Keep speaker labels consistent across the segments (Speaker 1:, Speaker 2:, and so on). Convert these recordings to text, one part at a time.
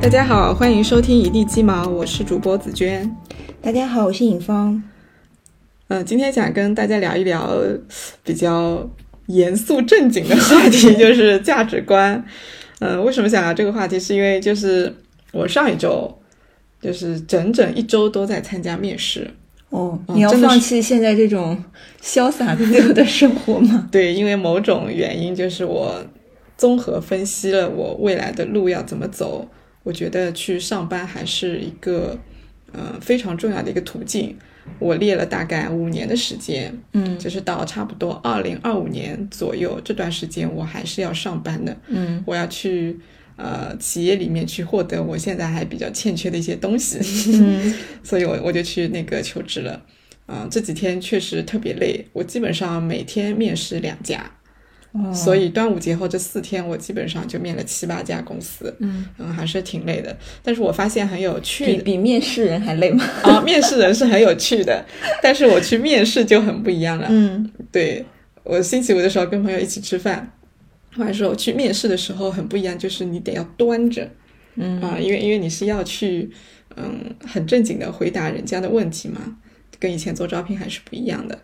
Speaker 1: 大家好，欢迎收听一地鸡毛，我是主播紫娟。
Speaker 2: 大家好，我是尹芳。
Speaker 1: 嗯、今天想跟大家聊一聊比较严肃正经的话题，就是价值观。嗯、为什么想聊这个话题？是因为就是我上一周就是整整一周都在参加面试，
Speaker 2: 哦，
Speaker 1: 哦
Speaker 2: 你要
Speaker 1: 真的是
Speaker 2: 放弃现在这种潇洒自由的生活吗？
Speaker 1: 对，因为某种原因，就是我综合分析了我未来的路要怎么走，我觉得去上班还是一个呃非常重要的一个途径。我列了大概五年的时间，
Speaker 2: 嗯
Speaker 1: 就是到差不多二零二五年左右这段时间，我还是要上班的。
Speaker 2: 嗯，
Speaker 1: 我要去呃企业里面去获得我现在还比较欠缺的一些东西，
Speaker 2: 嗯
Speaker 1: 所以我我就去那个求职了。嗯、这几天确实特别累，我基本上每天面试两家，
Speaker 2: 哦
Speaker 1: 所以端午节后这四天我基本上就面了七八家公司，
Speaker 2: 嗯
Speaker 1: 嗯，还是挺累的。但是我发现很有趣
Speaker 2: 比
Speaker 1: 的
Speaker 2: 比面试人还累吗？
Speaker 1: 啊，面试人是很有趣的，但是我去面试就很不一样了。
Speaker 2: 嗯
Speaker 1: 对我星期五的时候跟朋友一起吃饭，后来说我去面试的时候很不一样，就是你得要端着
Speaker 2: 嗯
Speaker 1: 啊，因为因为你是要去嗯很正经的回答人家的问题嘛，跟以前做招聘还是不一样的。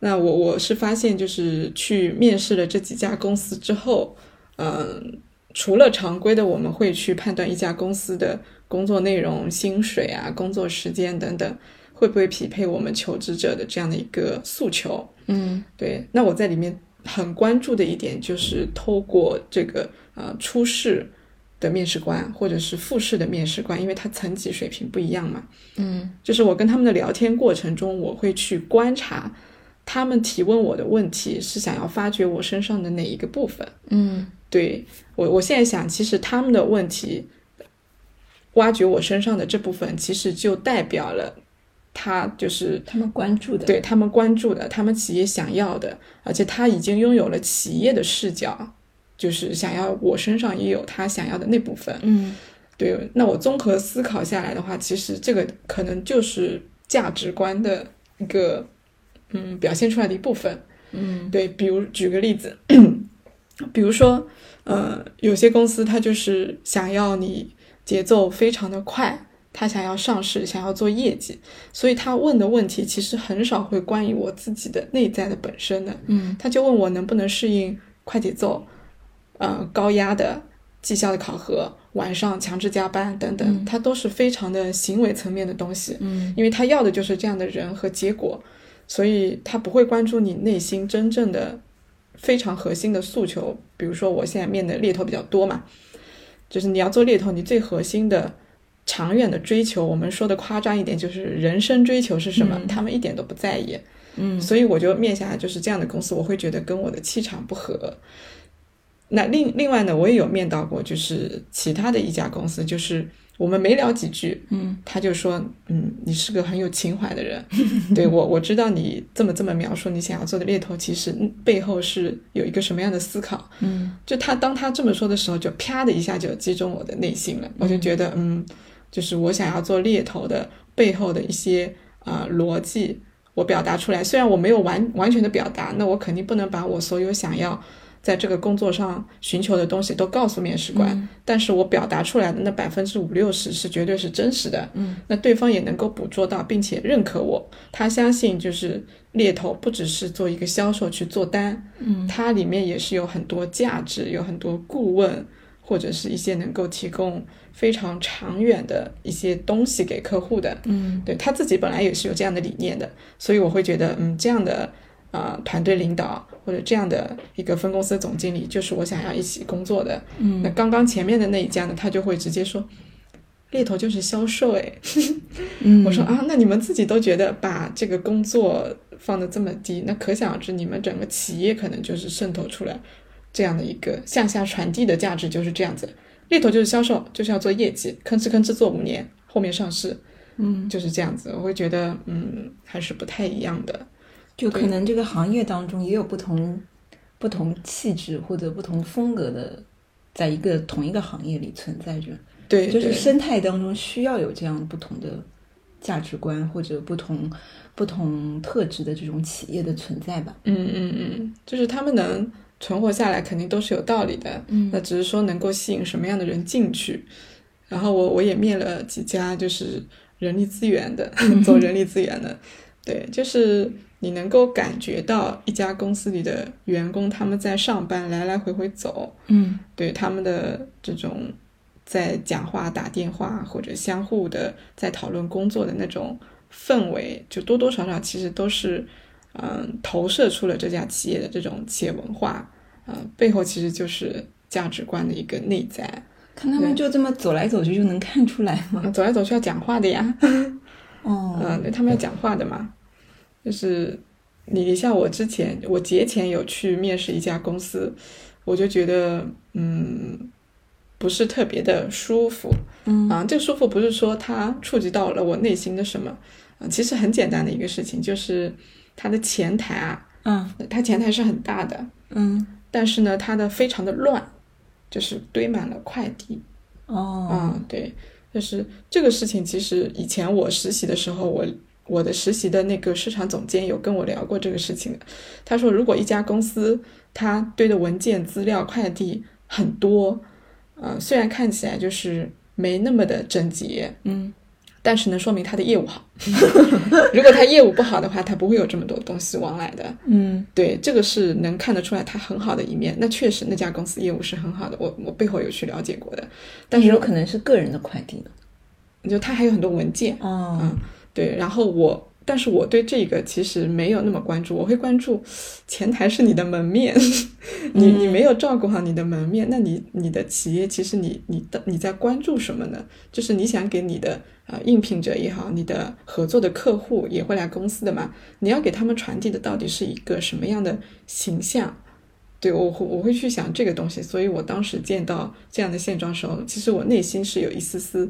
Speaker 1: 那我我是发现就是去面试了这几家公司之后，嗯，除了常规的我们会去判断一家公司的工作内容、薪水啊、工作时间等等，会不会匹配我们求职者的这样的一个诉求。
Speaker 2: 嗯
Speaker 1: 对，那我在里面很关注的一点就是透过这个呃初试的面试官或者是复试的面试官，因为他层级水平不一样嘛，
Speaker 2: 嗯
Speaker 1: 就是我跟他们的聊天过程中，我会去观察他们提问我的问题是想要发掘我身上的哪一个部分。
Speaker 2: 嗯
Speaker 1: 对我，我现在想，其实他们的问题，挖掘我身上的这部分，其实就代表了他就是
Speaker 2: 他们关注的，
Speaker 1: 对他们关注的，他们企业想要的，而且他已经拥有了企业的视角，就是想要我身上也有他想要的那部分。
Speaker 2: 嗯
Speaker 1: 对，那我综合思考下来的话，其实这个可能就是价值观的一个嗯表现出来的一部分。
Speaker 2: 嗯
Speaker 1: 对，比如举个例子，比如说，呃，有些公司它就是想要你节奏非常的快，它想要上市，想要做业绩，所以他问的问题其实很少会关于我自己的内在的本身的，
Speaker 2: 嗯
Speaker 1: 他就问我能不能适应快节奏，呃，高压的绩效的考核，晚上强制加班等等，它都是非常的行为层面的东西。
Speaker 2: 嗯
Speaker 1: 因为他要的就是这样的人和结果，所以他不会关注你内心真正的非常核心的诉求。比如说，我现在面的猎头比较多嘛，就是你要做猎头，你最核心的、长远的追求，我们说的夸张一点，就是人生追求是什么，他们一点都不在意。
Speaker 2: 嗯
Speaker 1: 所以我就面下来就是这样的公司，我会觉得跟我的气场不合。那另另外呢，我也有面到过，就是其他的一家公司，就是我们没聊几句，
Speaker 2: 嗯
Speaker 1: 他就说，嗯，你是个很有情怀的人， 对我我知道你这么这么描述你想要做的猎头，其实嗯背后是有一个什么样的思考。
Speaker 2: 嗯
Speaker 1: 就他当他这么说的时候，就啪的一下就击中我的内心了，我就觉得，嗯，就是我想要做猎头的背后的一些啊、呃逻辑，我表达出来，虽然我没有完完全的表达，那我肯定不能把我所有想要。在这个工作上寻求的东西都告诉面试官，但是我表达出来的那百分之五六十是绝对是真实的，那对方也能够捕捉到，并且认可我。他相信就是猎头不只是做一个销售去做单，
Speaker 2: 嗯，
Speaker 1: 它里面也是有很多价值，有很多顾问或者是一些能够提供非常长远的一些东西给客户的。
Speaker 2: 嗯
Speaker 1: 对他自己本来也是有这样的理念的，所以我会觉得，嗯，这样的啊、呃团队领导或者这样的一个分公司总经理，就是我想要一起工作的。
Speaker 2: 嗯，
Speaker 1: 那刚刚前面的那一家呢，他就会直接说，猎头就是销售，哎，
Speaker 2: 嗯
Speaker 1: 我说啊，那你们自己都觉得把这个工作放得这么低，那可想而知，你们整个企业可能就是渗透出来这样的一个向下传递的价值就是这样子。猎头就是销售，就是要做业绩，吭哧吭哧做五年，后面上市，
Speaker 2: 嗯，
Speaker 1: 就是这样子。我会觉得，嗯，还是不太一样的。
Speaker 2: 就可能这个行业当中也有不同不同气质或者不同风格的，在一个同一个行业里存在着。
Speaker 1: 对，
Speaker 2: 就是
Speaker 1: 对
Speaker 2: 生态当中需要有这样不同的价值观或者不同不同特质的这种企业的存在吧。
Speaker 1: 嗯嗯嗯，就是他们能存活下来，肯定都是有道理的。
Speaker 2: 嗯
Speaker 1: 那只是说能够吸引什么样的人进去，然后我我也面了几家就是人力资源的，做人力资源的，对，就是你能够感觉到一家公司里的员工他们在上班来来回回走，
Speaker 3: 嗯
Speaker 1: 对他们的这种在讲话、打电话或者相互的在讨论工作的那种氛围，就多多少少其实都是嗯投射出了这家企业的这种企业文化，嗯、背后其实就是价值观的一个内在。
Speaker 3: 看他们
Speaker 1: 对
Speaker 3: 就这么走来走去就能看出来 吗？
Speaker 1: 嗯走来走去要讲话的呀，
Speaker 3: 哦，
Speaker 1: 嗯，对他们要讲话的嘛，就是你像我之前，我节前有去面试一家公司，我就觉得嗯不是特别的舒服，
Speaker 3: 嗯
Speaker 1: 啊，这个舒服不是说它触及到了我内心的什么，啊，其实很简单的一个事情，就是它的前台啊，
Speaker 3: 嗯
Speaker 1: 它前台是很大的，
Speaker 3: 嗯
Speaker 1: 但是呢，它的非常的乱，就是堆满了快递，
Speaker 3: 哦
Speaker 1: 嗯，对，就是这个事情，其实以前我实习的时候，我我的实习的那个市场总监有跟我聊过这个事情的。他说，如果一家公司它堆的文件、资料、快递很多，呃，虽然看起来就是没那么的整洁，
Speaker 3: 嗯
Speaker 1: 但是能说明它的业务好。 如果它业务不好的话，它不会有这么多东西往来的。
Speaker 3: 嗯
Speaker 1: 对，这个是能看得出来它很好的一面。那确实那家公司业务是很好的，我我背后有去了解过的。但
Speaker 3: 但
Speaker 1: 是
Speaker 3: 是有可能是个人的快递呢。
Speaker 1: 就它还有很多文件，
Speaker 3: 哦
Speaker 1: 嗯，对。然后我，但是我对这个其实没有那么关注，我会关注前台是你的门面， 你你没有照顾好你的门面，那你你的企业其实你你的你在关注什么呢？就是你想给你的呃应聘者也好，你的合作的客户也会来公司的嘛，你要给他们传递的到底是一个什么样的形象？对我会我会去想这个东西，所以我当时见到这样的现状的时候，其实我内心是有一丝丝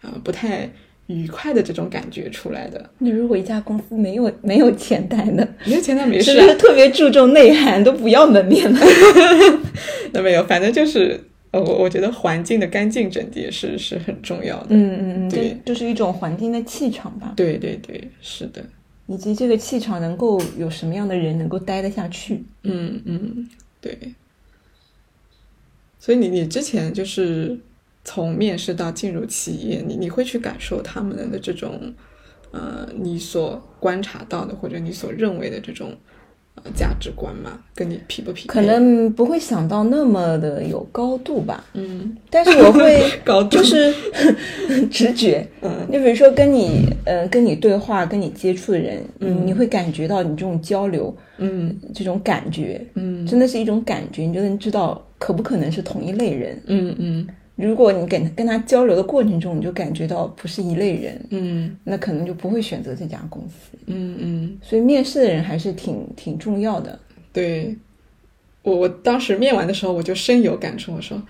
Speaker 1: 啊、呃不太愉快的这种感觉出来 的。
Speaker 3: 那如果一家公司没有没有前台呢？
Speaker 1: 没有钱 那没
Speaker 3: 是
Speaker 1: 事、
Speaker 3: 不
Speaker 1: 啊，
Speaker 3: 是特别注重内涵，都不要门面了？
Speaker 1: 那没有，反正就是呃我我觉得环境的干净整洁是 是很重要的。
Speaker 3: 嗯嗯嗯，这
Speaker 1: 对
Speaker 3: 就是一种环境的气场吧，
Speaker 1: 对对对，是的，
Speaker 3: 以及这个气场能够有什么样的人能够待得下去？
Speaker 1: 嗯嗯，对。所以你你之前就是从面试到进入企业，你你会去感受他们的这种，呃，你所观察到的或者你所认为的这种呃价值观吗？跟你匹不匹配？
Speaker 3: 可能不会想到那么的有高度吧，
Speaker 1: 嗯，
Speaker 3: 但是我会
Speaker 1: 高度
Speaker 3: 就是 直觉，
Speaker 1: 嗯
Speaker 3: 就比如说跟你呃跟你对话、跟你接触的人，嗯，你会感觉到你这种交流
Speaker 1: 嗯
Speaker 3: 这种感觉，
Speaker 1: 嗯
Speaker 3: 真的是一种感觉，你就能知道可不可能是同一类人。
Speaker 1: 嗯嗯
Speaker 3: 如果你跟跟他交流的过程中，你就感觉到不是一类人，
Speaker 1: 嗯
Speaker 3: 那可能就不会选择这家公司。
Speaker 1: 嗯嗯，
Speaker 3: 所以面试的人还是挺挺重要的。
Speaker 1: 对。我我当时面完的时候，我就深有感触，我说，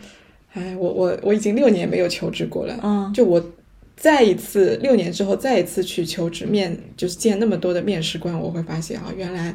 Speaker 1: 哎，我我我已经六年没有求职过了，
Speaker 3: 嗯
Speaker 1: 就我再一次六年之后再一次去求职面，就是见那么多的面试官，我会发现啊，原来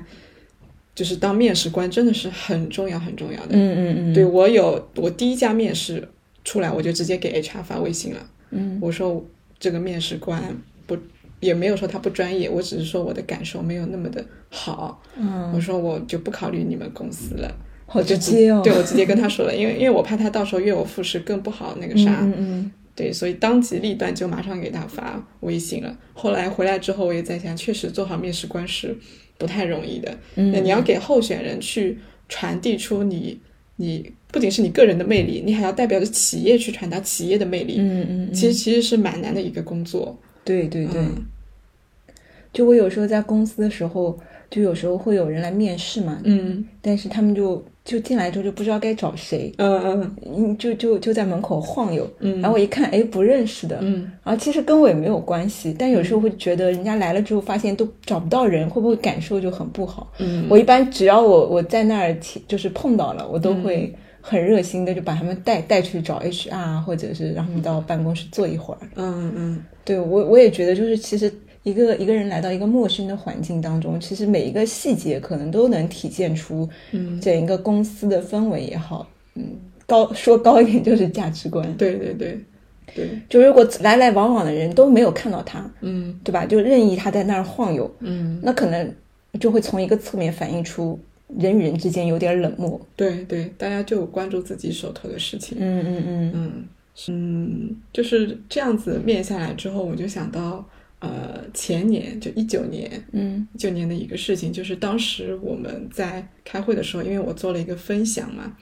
Speaker 1: 就是当面试官真的是很重要很重要的。
Speaker 3: 嗯嗯嗯，
Speaker 1: 对我有我第一家面试出来，我就直接给 HR 发微信了，
Speaker 3: 嗯
Speaker 1: 我说这个面试官不也没有说他不专业，我只是说我的感受没有那么的好，
Speaker 3: 嗯，
Speaker 1: 我说我就不考虑你们公司了。
Speaker 3: 好
Speaker 1: 我就直
Speaker 3: 直接哦。
Speaker 1: 对我直接跟他说了，因为因为我怕他到时候越我复试更不好那个啥，
Speaker 3: 嗯嗯
Speaker 1: 对，所以当机立断就马上给他发微信了。后来回来之后，我也在想，确实做好面试官是不太容易的。
Speaker 3: 嗯，
Speaker 1: 那你要给候选人去传递出你，你不仅是你个人的魅力，你还要代表着企业去传达企业的魅力。
Speaker 3: 嗯嗯嗯，
Speaker 1: 其实其实是蛮难的一个工作。
Speaker 3: 对对对，
Speaker 1: 嗯
Speaker 3: 就我有时候在公司的时候，就有时候会有人来面试嘛，
Speaker 1: 嗯
Speaker 3: 但是他们就就进来之后就不知道该找谁，
Speaker 1: 嗯嗯
Speaker 3: 嗯，就就就在门口晃悠，
Speaker 1: 嗯
Speaker 3: 然后我一看，哎，不认识的，
Speaker 1: 嗯
Speaker 3: 然后其实跟我也没有关系，但有时候会觉得人家来了之后，发现都找不到人，会不会感受就很不好？
Speaker 1: 嗯，
Speaker 3: 我一般只要我我在那儿起就是碰到了，我都
Speaker 1: 嗯
Speaker 3: 会很热心的就把他们带带去找 HR，或者是让他们到办公室坐一会儿。
Speaker 1: 嗯嗯
Speaker 3: 对我我也觉得就是其实一个一个人来到一个陌生的环境当中，其实每一个细节可能都能体现出
Speaker 1: 嗯，
Speaker 3: 整一个公司的氛围也好，嗯，高说高一点就是价值观。
Speaker 1: 对对对对，
Speaker 3: 就如果来来往往的人都没有看到他，
Speaker 1: 嗯
Speaker 3: 对吧？就任意他在那儿晃悠，
Speaker 1: 嗯
Speaker 3: 那可能就会从一个侧面反映出人与人之间有点冷漠。
Speaker 1: 对对，大家就关注自己手头的事情。
Speaker 3: 嗯嗯嗯，
Speaker 1: 嗯，嗯，就是这样子面下来之后，我就想到，呃，前年就一九年，
Speaker 3: 嗯
Speaker 1: 一九年的一个事情，就是当时我们在开会的时候，因为我做了一个分享嘛，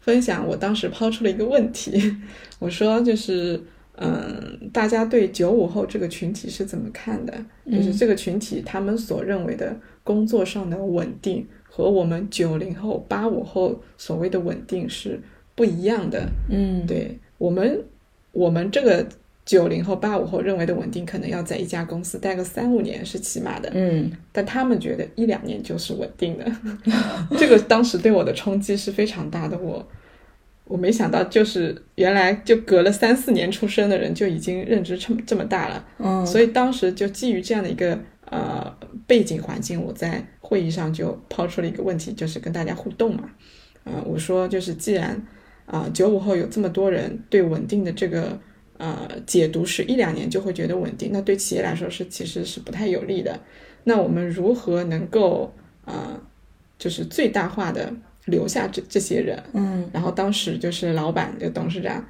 Speaker 1: 分享我当时抛出了一个问题，我说就是，嗯，大家对九五后这个群体是怎么看的？就是这个群体他们所认为的工作上的稳定和我们九零后、八五后所谓的稳定是不一样的。
Speaker 3: 嗯，
Speaker 1: 对我们，我们这个九零后、八五后认为的稳定，可能要在一家公司待个三五年是起码的，
Speaker 3: 嗯
Speaker 1: 但他们觉得一两年就是稳定的。 这个当时对我的冲击是非常大的，我我没想到，就是原来就隔了三四年出生的人就已经认知这么这么大了。
Speaker 3: 嗯，
Speaker 1: 所以当时就基于这样的一个呃背景环境，我在会议上就抛出了一个问题，就是跟大家互动嘛。呃，我说就是既然啊九五后有这么多人对稳定的这个呃解读是一两年就会觉得稳定，那对企业来说是其实是不太有利的。那我们如何能够呃就是最大化的留下这这些人？
Speaker 3: 嗯
Speaker 1: 然后当时就是老板就董事长，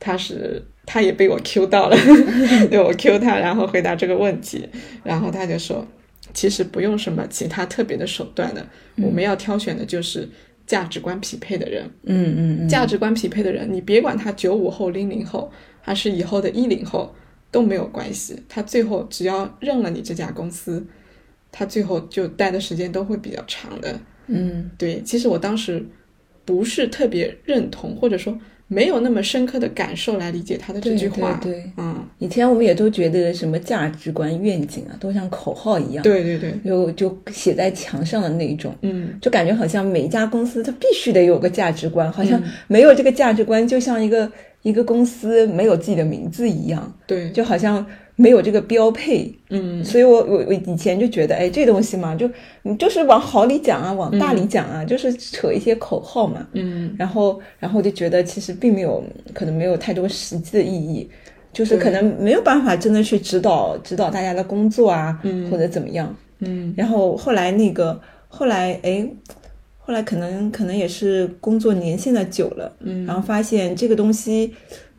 Speaker 1: 他是他也被我 Q 到了， 对我 Q 他，然后回答这个问题，然后他就说，其实不用什么其他特别的手段的，我们要挑选的就是价值观匹配的人，
Speaker 3: 嗯嗯嗯，
Speaker 1: 价值观匹配的人，你别管他九五后、零零后，还是以后的一零后都没有关系，他最后只要认了你这家公司，他最后就待的时间都会比较长的。
Speaker 3: 嗯
Speaker 1: 对，其实我当时不是特别认同，或者说没有那么深刻的感受来理解他的这句话。
Speaker 3: 对对对
Speaker 1: 嗯，
Speaker 3: 以前我们也都觉得什么价值观、愿景啊，都像口号一样，，
Speaker 1: 对对对，
Speaker 3: 有就写在墙上的那种，
Speaker 1: 嗯，
Speaker 3: 就感觉好像每一家公司它必须得有个价值观，好像没有这个价值观，就像一个一个公司没有自己的名字一样，
Speaker 1: 对，
Speaker 3: 就好像没有这个标配。
Speaker 1: 嗯
Speaker 3: 所以我我我以前就觉得，哎，这东西嘛，就你就是往好里讲啊，往大里讲啊，就是扯一些口号嘛。
Speaker 1: 嗯，
Speaker 3: 然后，然后我就觉得其实并没有，可能没有太多实际的意义，就是可能没有办法真的去指导指导大家的工作啊，或者怎么样。
Speaker 1: 嗯，
Speaker 3: 然后后来那个后来哎，后来可能可能也是工作年限的久了，嗯，然后发现这个东西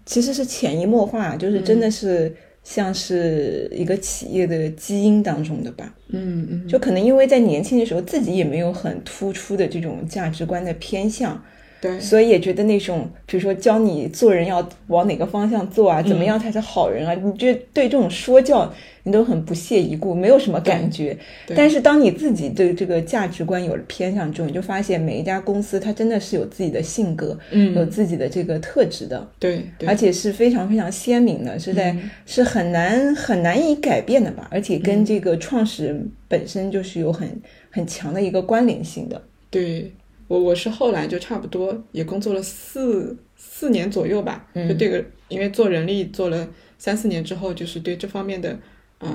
Speaker 3: 其实是潜移默化，就是真的是像是一个企业的基因当中的吧，
Speaker 1: 嗯嗯，
Speaker 3: 就可能因为在年轻的时候自己也没有很突出的这种价值观的偏向，
Speaker 1: 对，
Speaker 3: 所以也觉得那种，比如说教你做人要往哪个方向做啊，
Speaker 1: 嗯
Speaker 3: 怎么样才是好人啊，你就对这种说教你都很不屑一顾，没有什么感觉。
Speaker 1: 对
Speaker 3: 但是当你自己对这个价值观有了偏向之后，你就发现每一家公司它真的是有自己的性格，有
Speaker 1: 嗯，
Speaker 3: 自己的这个特质的，
Speaker 1: 对对，
Speaker 3: 而且是非常非常鲜明的，是在、是很难很难以改变的吧，而且跟这个创始人本身就是有很很强的一个关联性的。
Speaker 1: 对我我是后来就差不多也工作了四四年左右吧，
Speaker 3: 嗯
Speaker 1: 就这个，因为做人力做了三四年之后，就是对这方面的，嗯、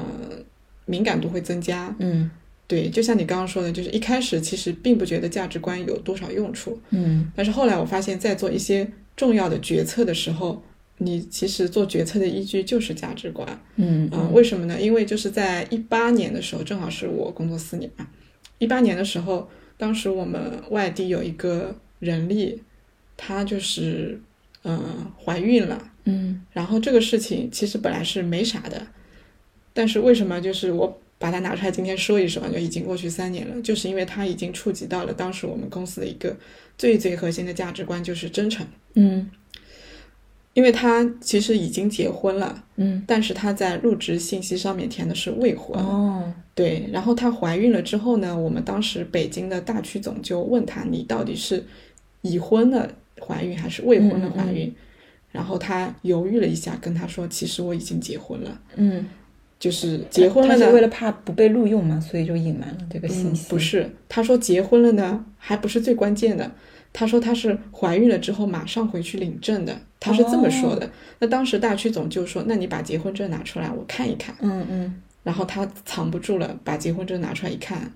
Speaker 1: 敏感度会增加，
Speaker 3: 嗯
Speaker 1: 对，就像你刚刚说的，就是一开始其实并不觉得价值观有多少用处，
Speaker 3: 嗯
Speaker 1: 但是后来我发现，在做一些重要的决策的时候，你其实做决策的依据就是价值观。
Speaker 3: 嗯
Speaker 1: 嗯，为什么呢？因为就是在一八年的时候，正好是我工作四年嘛。一八年的时候，当时我们外地有一个人力，她就是嗯、呃怀孕了，
Speaker 3: 嗯
Speaker 1: 然后这个事情其实本来是没啥的，但是为什么就是我把它拿出来今天说一说，就已经过去三年了，就是因为它已经触及到了当时我们公司的一个最最核心的价值观，就是真诚。
Speaker 3: 嗯
Speaker 1: 因为她其实已经结婚了，
Speaker 3: 嗯，
Speaker 1: 但是她在入职信息上面填的是未婚。
Speaker 3: 哦，
Speaker 1: 对，然后她怀孕了之后呢，我们当时北京的大区总就问她，你到底是已婚的怀孕还是未婚的怀孕？然后她犹豫了一下，跟她说，其实我已经结婚了，
Speaker 3: 嗯，
Speaker 1: 就是结婚了
Speaker 3: 他
Speaker 1: 呢
Speaker 3: 是。为了怕不被录用嘛，所以就隐瞒了这个
Speaker 1: 嗯
Speaker 3: 信息。
Speaker 1: 不，是，她说结婚了呢，还不是最关键的。她说她是怀孕了之后马上回去领证的，她是这么说
Speaker 3: 哦
Speaker 1: 的。那当时大区总就说，那你把结婚证拿出来，我看一看。
Speaker 3: 嗯嗯
Speaker 1: 然后他藏不住了，把结婚证拿出来一看，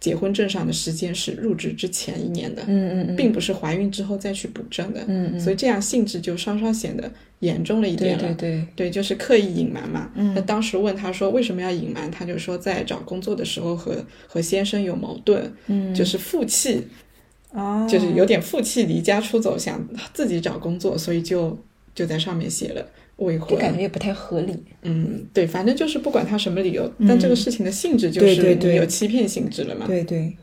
Speaker 1: 结婚证上的时间是入职之前一年的，
Speaker 3: 嗯嗯嗯，
Speaker 1: 并不是怀孕之后再去补证的，
Speaker 3: 嗯嗯，
Speaker 1: 所
Speaker 3: 以
Speaker 1: 以这样性质就稍稍显得严重了一
Speaker 3: 对
Speaker 1: 点了。
Speaker 3: 对对，
Speaker 1: 对就是刻意隐瞒嘛。那
Speaker 3: 嗯
Speaker 1: 当时问他说为什么要隐瞒，他就说在找工作的时候和和先生有矛盾，
Speaker 3: 嗯，
Speaker 1: 就是负气，
Speaker 3: 哦，
Speaker 1: 就是有点负气离家出走，想自己找工作，所以就就在上面写了未
Speaker 3: 这
Speaker 1: 婚。
Speaker 3: 感觉也不太合理。
Speaker 1: 嗯，对，反正就是不管他什么理由，但这个事情的性质就
Speaker 2: 对
Speaker 1: 是
Speaker 2: 对对
Speaker 1: 你有欺骗性质了嘛。
Speaker 2: 对对，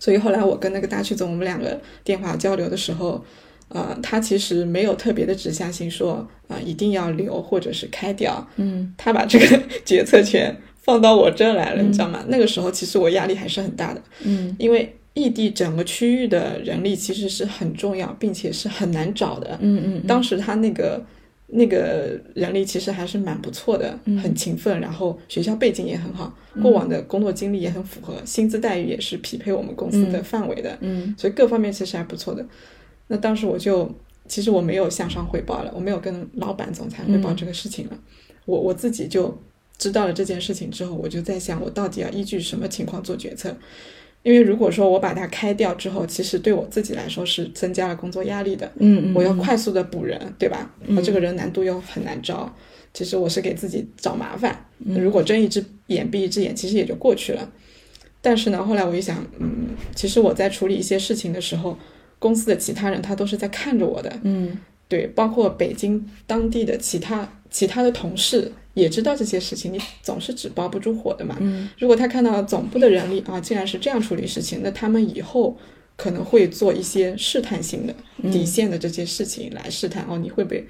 Speaker 1: 所以后来我跟那个大区总，我们两个电话交流的时候，呃，他其实没有特别的指向性说啊、呃一定要留或者是开掉，
Speaker 3: 嗯，
Speaker 1: 他把这个 决策权放到我这儿来了，你知道吗？那个时候其实我压力还是很大的，
Speaker 3: 嗯，
Speaker 1: 因为异地整个区域的人力其实是很重要，并且是很难找的，
Speaker 3: 嗯嗯
Speaker 1: 当时他那个那个人力其实还是蛮不错的，
Speaker 3: 嗯
Speaker 1: 很勤奋，然后学校背景也很好，过往的工作经历也很符合，薪资待遇也是匹配我们公司的范围的，
Speaker 3: 嗯
Speaker 1: 所以各方面其实还不错的。那当时我就其实我没有向上汇报了，我没有跟老板、总裁汇报这个事情了，我我自己就知道了这件事情之后，我就在想，我到底要依据什么情况做决策？因为如果说我把它开掉之后，其实对我自己来说是增加了工作压力的。
Speaker 3: 嗯嗯，
Speaker 1: 我要快速的补人，对吧？那这个人难度又很难招，其实我是给自己找麻烦。如果睁一只眼闭一只眼，其实也就过去了。但是呢，后来我一想，嗯，其实我在处理一些事情的时候，公司的其他人他都是在看着我的，
Speaker 3: 嗯
Speaker 1: 对，包括北京当地的其他其他的同事也知道这些事情，你总是纸包不住火的嘛。
Speaker 3: 嗯
Speaker 1: 如果他看到总部的人力啊，竟然是这样处理事情，那他们以后可能会做一些试探性的、
Speaker 3: 嗯
Speaker 1: 底线的这些事情来试探哦，你会不会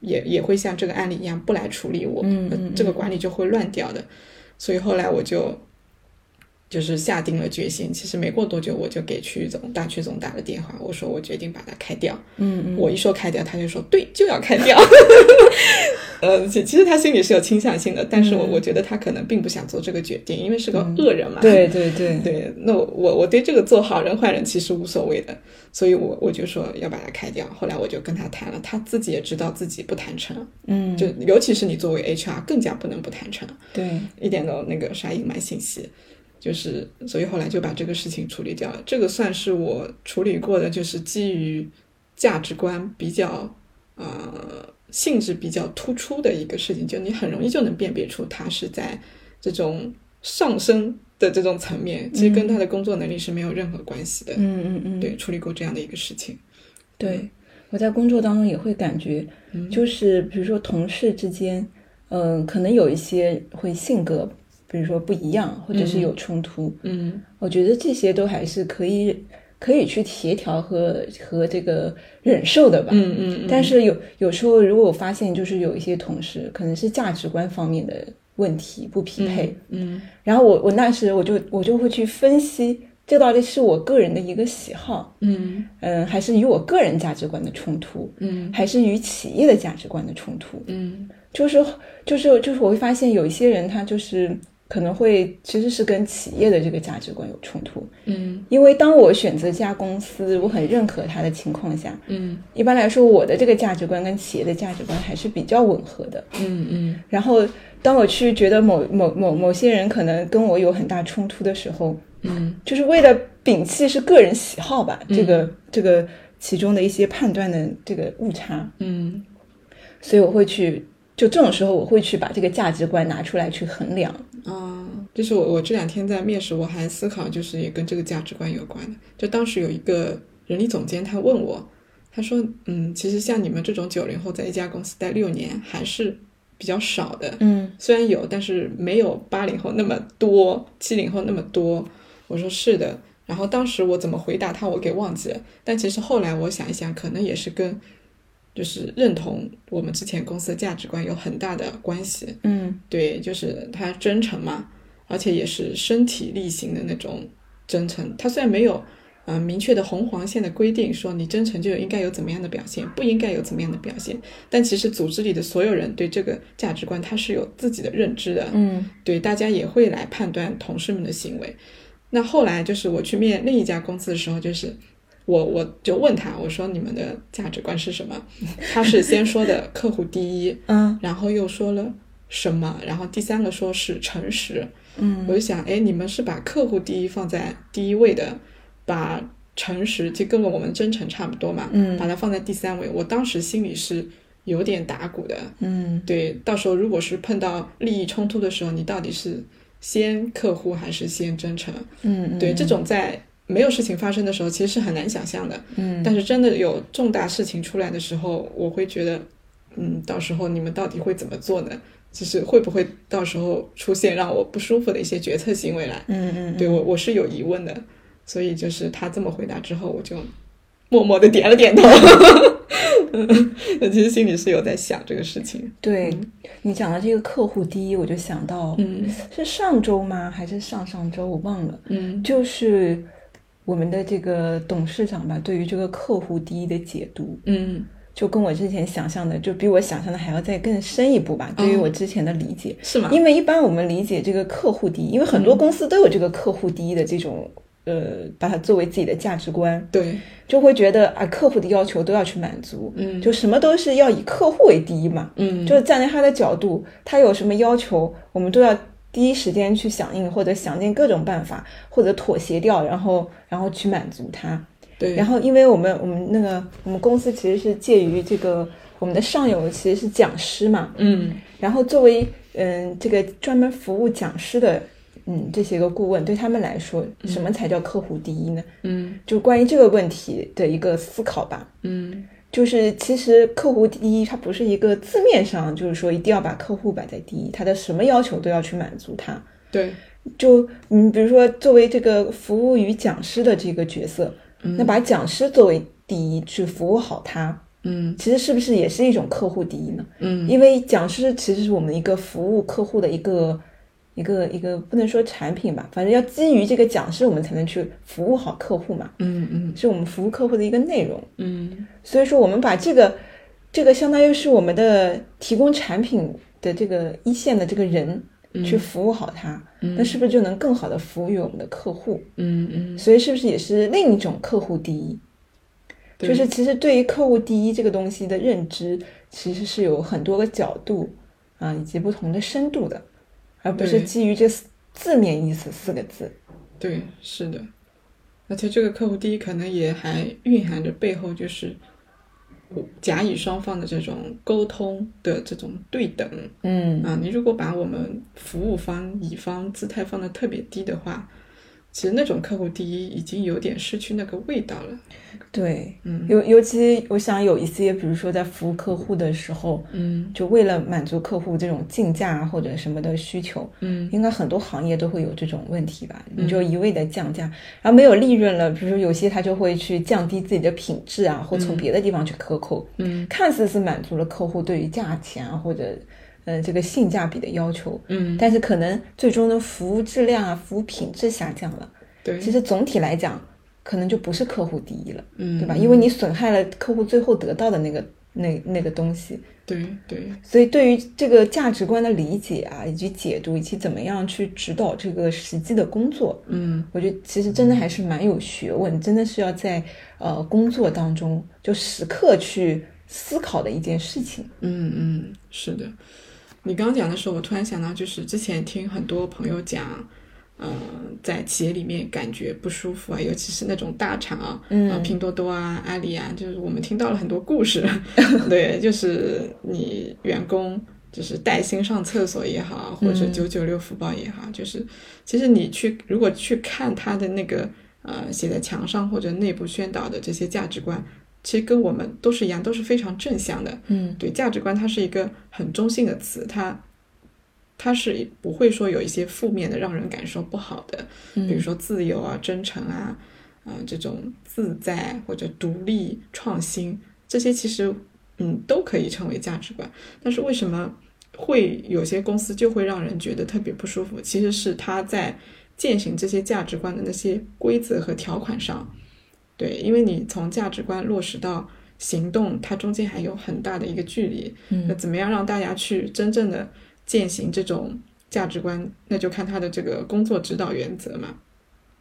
Speaker 1: 也也会像这个案例一样不来处理我？
Speaker 3: 嗯
Speaker 1: 那
Speaker 3: 嗯
Speaker 1: 这个管理就会乱掉的。所以后来我就就是下定了决心，其实没过多久我就给区域总、大区总打了电话，我说我决定把它开掉。
Speaker 3: 嗯
Speaker 1: 我一说开掉，他就说对，就要开掉。 呃，其其实他心里是有倾向性的，但是我、
Speaker 3: 嗯
Speaker 1: 我觉得他可能并不想做这个决定，因为是个恶人嘛。
Speaker 2: 对对对，
Speaker 1: 对，那我我我对这个做好人坏人其实无所谓的，所以我我就说要把它开掉。后来我就跟他谈了，他自己也知道自己不谈成，
Speaker 3: 嗯，
Speaker 1: 就尤其是你作为 HR 更加不能不谈成，
Speaker 3: 对，
Speaker 1: 一点都那个啥隐瞒信息，就是所以后来就把这个事情处理掉了。这个算是我处理过的，就是基于价值观比较呃性质比较突出的一个事情，就你很容易就能辨别出他是在这种上升的这种层面，其实跟他的工作能力是没有任何关系的。
Speaker 3: 嗯嗯嗯，
Speaker 1: 对，处理过这样的一个事情。
Speaker 3: 对，我在工作当中也会感觉，
Speaker 1: 嗯
Speaker 3: 就是比如说同事之间，嗯、可能有一些会性格，比如说不一样，或者是有冲突。
Speaker 1: 嗯
Speaker 3: 我觉得这些都还是可以可以去协调和和这个忍受的吧。
Speaker 1: 嗯嗯嗯，
Speaker 3: 但是有有时候，如果我发现就是有一些同事可能是价值观方面的问题不匹配，
Speaker 1: 嗯
Speaker 3: 然后我我那时我就我就会去分析，这到底是我个人的一个喜好，
Speaker 1: 嗯
Speaker 3: 嗯，还是与我个人价值观的冲突，
Speaker 1: 嗯
Speaker 3: 还是与企业的价值观的冲突。
Speaker 1: 嗯
Speaker 3: 就是就是就是我会发现有一些人他就是可能会其实是跟企业的这个价值观有冲突，
Speaker 1: 嗯
Speaker 3: 因为当我选择一家公司，我很认可它的情况下，
Speaker 1: 嗯
Speaker 3: 一般来说我的这个价值观跟企业的价值观还是比较吻合的。
Speaker 1: 嗯嗯
Speaker 3: 然后当我去觉得某某某某些人可能跟我有很大冲突的时候，
Speaker 1: 嗯
Speaker 3: 就是为了摒弃是个人喜好吧，这个这个其中的一些判断的这个误差，
Speaker 1: 嗯
Speaker 3: 所以我会去，就这种时候我会去把这个价值观拿出来去衡量。
Speaker 1: 嗯，就是我我这两天在面试，我还思考，就是也跟这个价值观有关的。就当时有一个人力总监，他问我，他说，嗯，其实像你们这种九零后在一家公司待六年还是比较少的，
Speaker 3: 嗯
Speaker 1: 虽然有，但是没有八零后那么多，七零后那么多。我说是的。然后当时我怎么回答他，我给忘记了。但其实后来我想一想，可能也是跟就是认同我们之前公司的价值观有很大的关系。
Speaker 3: 嗯
Speaker 1: 对，就是他真诚嘛，而且也是身体力行的那种真诚。他虽然没有呃明确的红黄线的规定，说你真诚就应该有怎么样的表现，不应该有怎么样的表现，但其实组织里的所有人对这个价值观他是有自己的认知的，
Speaker 3: 嗯
Speaker 1: 对，大家也会来判断同事们的行为。那后来就是我去面另一家公司的时候，就是我我就问他，我说你们的价值观是什么？他是先说的客户第一，
Speaker 3: 嗯
Speaker 1: 然后又说了什么，然后第三个说是诚实。
Speaker 3: 嗯
Speaker 1: 我就想，哎，你们是把客户第一放在第一位的，把诚实就跟我们真诚差不多嘛，
Speaker 3: 嗯
Speaker 1: 把它放在第三位。我当时心里是有点打鼓的，
Speaker 3: 嗯
Speaker 1: 对，到时候如果是碰到利益冲突的时候，你到底是先客户还是先真诚？
Speaker 3: 嗯，
Speaker 1: 对，这种在没有事情发生的时候，其实是很难想象的。
Speaker 3: 嗯
Speaker 1: 但是真的有重大事情出来的时候，我会觉得嗯，到时候你们到底会怎么做呢？就是会不会到时候出现让我不舒服的一些决策行为来？
Speaker 2: 嗯嗯，
Speaker 1: 对我我是有疑问的，所以就是他这么回答之后，我就默默的点了点头。 嗯，其实心里是有在想这个事情。
Speaker 3: 对你讲的这个客户第一，我就想到，
Speaker 1: 嗯
Speaker 3: 是上周吗？还是上上周？我忘了。
Speaker 1: 嗯
Speaker 3: 就是我们的这个董事长吧，对于这个客户第一的解读，
Speaker 1: 嗯，
Speaker 3: 就跟我之前想象的，就比我想象的还要再更深一步吧。对于我之前的理解，
Speaker 1: 嗯是吗？
Speaker 3: 因为一般我们理解这个客户第一，因为很多公司都有这个客户第一的这种。呃，把它作为自己的价值观，
Speaker 1: 对，
Speaker 3: 就会觉得啊，客户的要求都要去满足，
Speaker 1: 嗯
Speaker 3: 就什么都是要以客户为第一嘛，
Speaker 1: 嗯
Speaker 3: 就是站在他的角度，他有什么要求，我们都要第一时间去响应，或者想尽各种办法，或者妥协掉，然后然后去满足他。
Speaker 1: 对，
Speaker 3: 然后，因为我们我们那个我们公司其实是介于这个我们的上游其实是讲师嘛，
Speaker 1: 嗯
Speaker 3: 然后作为嗯这个专门服务讲师的嗯这些个顾问，对他们来说，什么才叫客户第一呢？
Speaker 1: 嗯
Speaker 3: 就关于这个问题的一个思考吧。
Speaker 1: 嗯
Speaker 3: 就是其实客户第一，它不是一个字面上，就是说一定要把客户摆在第一，他的什么要求都要去满足他。
Speaker 1: 对，
Speaker 3: 就嗯，比如说作为这个服务于讲师的这个角色，那把讲师作为第一去服务好他，
Speaker 1: 嗯
Speaker 3: 其实是不是也是一种客户第一呢？
Speaker 1: 嗯
Speaker 3: 因为讲师其实是我们一个服务客户的一个一个一个不能说产品吧，反正要基于这个讲师，我们才能去服务好客户嘛，
Speaker 1: 嗯嗯
Speaker 3: 是我们服务客户的一个内容。
Speaker 1: 嗯
Speaker 3: 所以说，我们把这个这个相当于是我们的提供产品的这个一线的这个人
Speaker 1: 嗯
Speaker 3: 去服务好他，那是不是就能更好的服务于我们的客户？
Speaker 1: 嗯嗯，
Speaker 3: 所以是不是也是另一种客户第一？
Speaker 1: 对
Speaker 3: 就是其实对于客户第一这个东西的认知，其实是有很多个角度啊，以及不同的深度的，而不是
Speaker 1: 对
Speaker 3: 基于这四字面意思四个字。
Speaker 1: 对，是的。而且这个客户第一可能也还蕴含着背后就是甲乙双方的这种沟通的这种对等，
Speaker 3: 嗯
Speaker 1: 啊，你如果把我们服务方乙方姿态放的特别低的话，其实那种客户第一已经有点失去那个味道了。
Speaker 3: 对，
Speaker 1: 嗯
Speaker 3: 尤尤其我想有一些，比如说在服务客户的时候，
Speaker 1: 嗯
Speaker 3: 就为了满足客户这种竞价啊或者什么的需求，
Speaker 1: 嗯
Speaker 3: 应该很多行业都会有这种问题吧？你就一味的降价，然后没有利润了，比如说有些他就会去降低自己的品质啊，或从别的地方去克扣，
Speaker 1: 嗯
Speaker 3: 看似是满足了客户对于价钱啊或者嗯、呃这个性价比的要求，
Speaker 1: 嗯，
Speaker 3: 但是可能最终的服务质量啊、服务品质下降了。
Speaker 1: 对，
Speaker 3: 其实总体来讲，可能就不是客户第一了，
Speaker 1: 嗯
Speaker 3: 对吧？因为你损害了客户最后得到的那个那那个东西。
Speaker 1: 对对
Speaker 3: 所以，对于这个价值观的理解啊，以及解读，以及怎么样去指导这个实际的工作，
Speaker 1: 嗯
Speaker 3: 我觉得其实真的还是蛮有学问，真的是要在呃工作当中就时刻去思考的一件事情。
Speaker 1: 嗯嗯，是的。你刚讲的时候，我突然想到，就是之前听很多朋友讲。嗯、在企业里面感觉不舒服啊，尤其是那种大厂啊，
Speaker 3: 嗯
Speaker 1: 啊，拼多多啊、阿里啊，就是我们听到了很多故事，对，就是你员工就是带薪上厕所也好，或者九九六福报也好，就是其实你去如果去看他的那个呃写在墙上或者内部宣导的这些价值观，其实跟我们都是一样，都是非常正向的。
Speaker 3: 嗯，
Speaker 1: 对，价值观它是一个很中性的词，它它是不会说有一些负面的让人感受不好的，比如说自由啊、真诚啊、啊、这种自在或者独立、创新这些，其实嗯都可以称为价值观。但是为什么会有些公司就会让人觉得特别不舒服？其实是他在践行这些价值观的那些规则和条款上，对，因为你从价值观落实到行动，它中间还有很大的一个距离。
Speaker 3: 嗯
Speaker 1: 那怎么样让大家去真正的践行这种价值观？那就看他的这个工作指导原则嘛。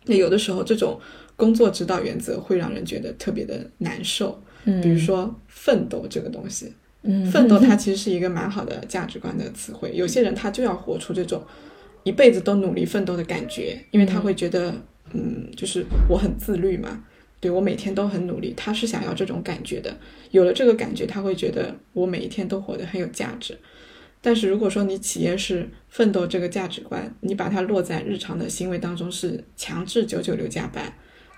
Speaker 1: 那有的时候，这种工作指导原则会让人觉得特别的难受。
Speaker 3: 嗯
Speaker 1: 比如说奋斗这个东西，
Speaker 3: 嗯
Speaker 1: 奋 斗它其实是一个蛮好的价值观的词汇。有些人他就要活出这种一辈子都努力奋斗的感觉，因为他会觉得，嗯，就是我很自律嘛，对我每天都很努力，他是想要这种感觉的。有了这个感觉，他会觉得我每一天都活得很有价值。但是如果说你企业是奋斗这个价值观，你把它落在日常的行为当中，是强制九九六加班，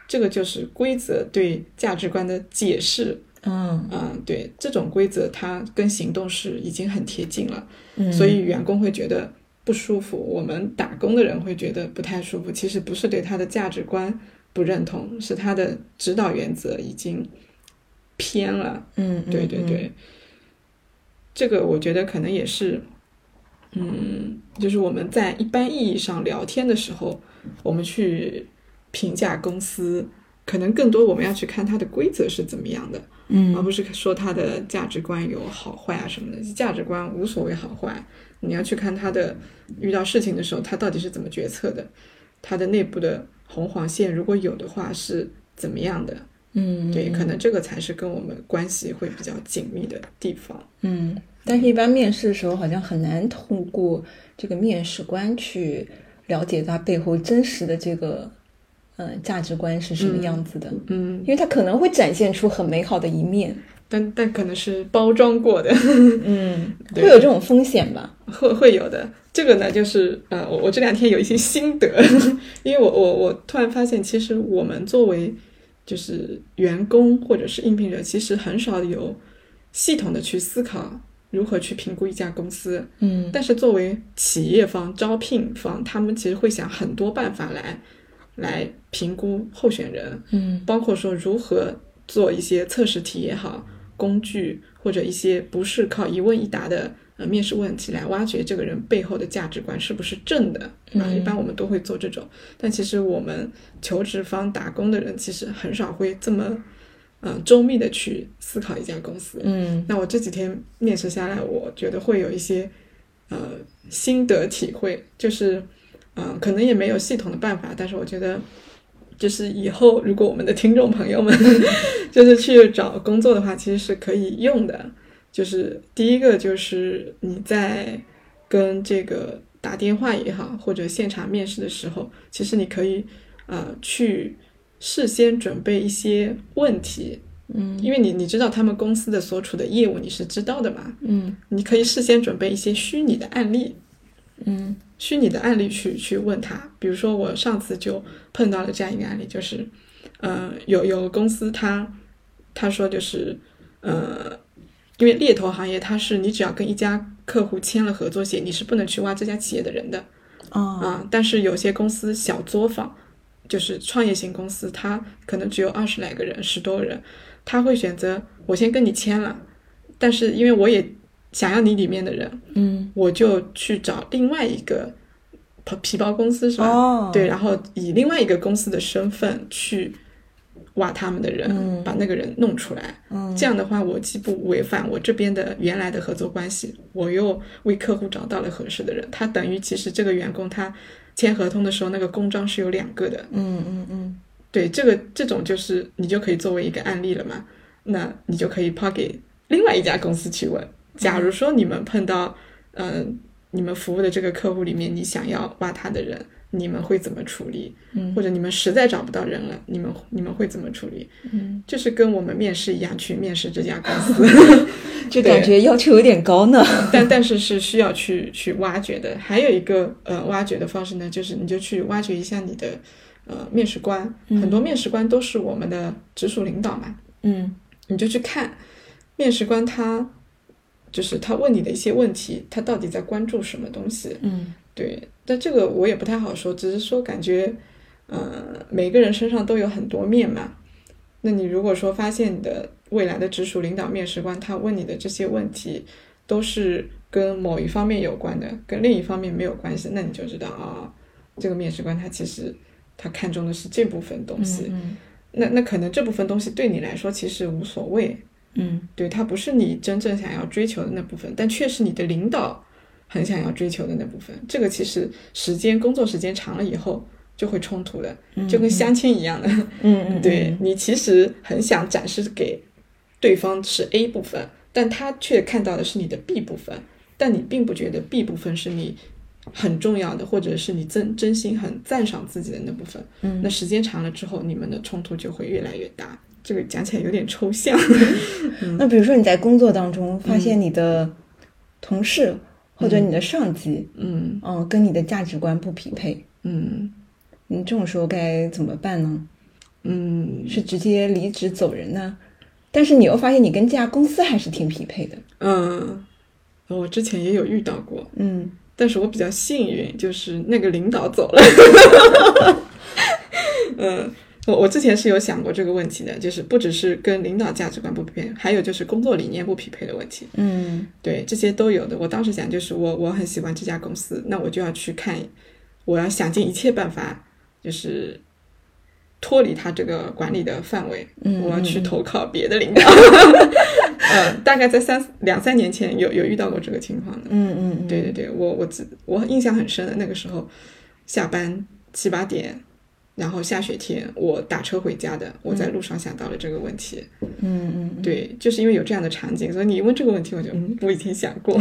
Speaker 1: 这个就是规则对价值观的解释
Speaker 3: 嗯
Speaker 1: 嗯，对，这种规则它跟行动是已经很贴近了，
Speaker 3: 嗯
Speaker 1: 所以员工会觉得不舒服，我们打工的人会觉得不太舒服。其实不是对他的价值观不认同，是他的指导原则已经偏了。
Speaker 3: 嗯，
Speaker 1: 对对对，这个我觉得可能也是，嗯，就是我们在一般意义上聊天的时候，我们去评价公司，可能更多我们要去看它的规则是怎么样的，
Speaker 3: 嗯
Speaker 1: 而不是说它的价值观有好坏啊什么的。价值观无所谓好坏，你要去看它的遇到事情的时候，它到底是怎么决策的，它的内部的红黄线如果有的话是怎么样的。
Speaker 3: 嗯，
Speaker 1: 对，可能这个才是跟我们关系会比较紧密的地方。
Speaker 3: 嗯，但是一般面试的时候，好像很难通过这个面试官去了解他背后真实的这个，呃，价值观是什么样子的，
Speaker 1: 嗯，
Speaker 3: 因为他可能会展现出很美好的一面，
Speaker 1: 但但可能是包装过的，
Speaker 3: 嗯，会
Speaker 1: 对
Speaker 3: 有这种风险吧？
Speaker 1: 会会有的。这个呢，就是呃，我我这两天有一些心得， 因为我我我突然发现，其实我们作为就是员工或者是应聘者，其实很少有系统的去思考如何去评估一家公司。
Speaker 3: 嗯
Speaker 1: 但是作为企业方、招聘方，他们其实会想很多办法来来评估候选人。
Speaker 3: 嗯
Speaker 1: 包括说如何做一些测试题也好，工具或者一些不是靠一问一答的呃面试问题来挖掘这个人背后的价值观是不是正的啊。一般我们都会做这种，但其实我们求职方打工的人其实很少会这么嗯、呃周密的去思考一家公司。
Speaker 3: 嗯
Speaker 1: 那我这几天面试下来，我觉得会有一些呃心得体会，就是嗯、呃可能也没有系统的办法，但是我觉得就是以后如果我们的听众朋友们 就是去找工作的话，其实是可以用的。就是第一个就是你在跟这个打电话也好，或者现场面试的时候，其实你可以呃去事先准备一些问题，因为你你知道他们公司的所处的业务你是知道的嘛，
Speaker 3: 嗯
Speaker 1: 你可以事先准备一些虚拟的案例，
Speaker 3: 嗯
Speaker 1: 虚拟的案例去去问他。比如说我上次就碰到了这样一个案例，就是，呃，有有个公司他他说就是，呃，因为猎头行业它是你只要跟一家客户签了合作协议，你是不能去挖这家企业的人的。
Speaker 3: 啊
Speaker 1: 啊，但是有些公司小作坊，就是创业型公司，它可能只有二十来个人、十多个人，他会选择我先跟你签了，但是因为我也想要你里面的人，
Speaker 3: 嗯
Speaker 1: 我就去找另外一个皮皮包公司是吧？
Speaker 3: 哦
Speaker 1: 对，然后以另外一个公司的身份去挖他们的人，
Speaker 3: 嗯
Speaker 1: 把那个人弄出来。
Speaker 3: 嗯
Speaker 1: 这样的话，我既不违反我这边的原来的合作关系，我又为客户找到了合适的人。他等于其实这个员工他签合同的时候，那个公章是有两个的。
Speaker 3: 嗯嗯嗯
Speaker 1: 对，这个这种就是你就可以作为一个案例了嘛，那你就可以抛给另外一家公司去问。假
Speaker 3: 嗯
Speaker 1: 如说你们碰到，嗯、你们服务的这个客户里面，你想要挖他的人，你们会怎么处理？
Speaker 3: 嗯
Speaker 1: 或者你们实在找不到人了，你们你们会怎么处理？
Speaker 3: 嗯，
Speaker 1: 就是跟我们面试一样去面试这家公司，
Speaker 3: 就感觉要求有点高呢。
Speaker 1: 但但是是需要去去挖掘的。还有一个呃挖掘的方式呢，就是你就去挖掘一下你的呃面试官，很多面试官都是我们的直属领导嘛，
Speaker 3: 嗯
Speaker 1: 你就去看面试官他就是他问你的一些问题，他到底在关注什么东西？
Speaker 3: 嗯
Speaker 1: 对，但这个我也不太好说，只是说感觉，呃，每个人身上都有很多面嘛。那你如果说发现你的未来的直属领导面试官他问你的这些问题都是跟某一方面有关的，跟另一方面没有关系，那你就知道啊、这个面试官他其实他看重的是这部分东西。
Speaker 3: 嗯
Speaker 1: 那那可能这部分东西对你来说其实无所谓，
Speaker 3: 嗯
Speaker 1: 对，它不是你真正想要追求的那部分，但却是你的领导很想要追求的那部分。这个其实时间工作时间长了以后就会冲突的，就跟相亲一样的。
Speaker 3: 嗯嗯，
Speaker 1: 对你其实很想展示给对方是 A 部分，但他却看到的是你的 B 部分，但你并不觉得 B 部分是你很重要的，或者是你真真心很赞赏自己的那部分。
Speaker 3: 嗯
Speaker 1: 那时间长了之后，你们的冲突就会越来越大。这个讲起来有点抽象。
Speaker 3: 那比如说你在工作当中发现你的同事或者你的上级，
Speaker 1: 嗯。
Speaker 3: 嗯、跟你的价值观不匹配，
Speaker 1: 嗯
Speaker 3: 你这种时候该怎么办呢？
Speaker 1: 嗯，
Speaker 3: 是直接离职走人呢，但是你又发现你跟这家公司还是挺匹配的。
Speaker 1: 嗯，我之前也有遇到过，
Speaker 3: 嗯，
Speaker 1: 但是我比较幸运，就是那个领导走了。嗯，我我之前是有想过这个问题的，就是不只是跟领导价值观不匹配，还有就是工作理念不匹配的问题。
Speaker 3: 嗯，
Speaker 1: 对，这些都有的。我当时想，就是我我很喜欢这家公司，那我就要去看，我要想尽一切办法，就是脱离他这个管理的范围，
Speaker 3: 嗯
Speaker 1: 我要去投靠别的领导。 嗯，大概在三两三年前有有遇到过这个情况的。
Speaker 3: 嗯嗯嗯，
Speaker 1: 对对对，我我记我印象很深的那个时候，下班七八点，然后下雪天，我打车回家的，我在路上想到了这个问题。
Speaker 3: 嗯嗯，
Speaker 1: 对，就是因为有这样的场景，所以你问这个问题，我就嗯，我以前想过，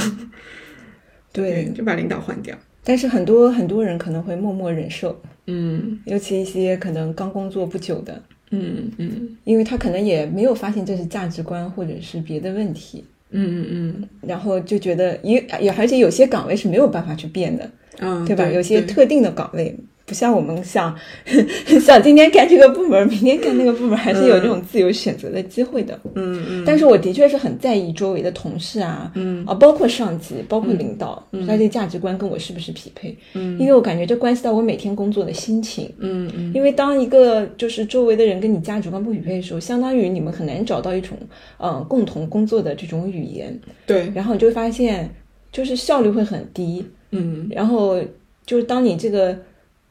Speaker 3: 对。
Speaker 1: 就把领导换掉。
Speaker 3: 但是很多很多人可能会默默忍受，
Speaker 1: 嗯
Speaker 3: 尤其一些可能刚工作不久的，
Speaker 1: 嗯嗯
Speaker 3: 因为他可能也没有发现这是价值观或者是别的问题，
Speaker 1: 嗯嗯
Speaker 3: 然后就觉得也也而且有些岗位是没有办法去变的，
Speaker 1: 嗯，
Speaker 3: 对吧？
Speaker 1: 对
Speaker 3: 有些
Speaker 1: 对
Speaker 3: 特定的岗位，不像我们像 像今天干这个部门，明天干那个部门，还是有这种自由选择的机会的。
Speaker 1: 嗯嗯
Speaker 3: 但是我的确是很在意周围的同事啊，
Speaker 1: 嗯
Speaker 3: 啊，包括上级，包括领导，他这价值观跟我是不是匹配？因为我感觉这关系到我每天工作的心情。
Speaker 1: 嗯嗯
Speaker 3: 因为当一个就是周围的人跟你价值观不匹配的时候，相当于你们很难找到一种呃共同工作的这种语言，
Speaker 1: 对
Speaker 3: 然后你就会发现就是效率会很低，
Speaker 1: 嗯
Speaker 3: 然后就是当你这个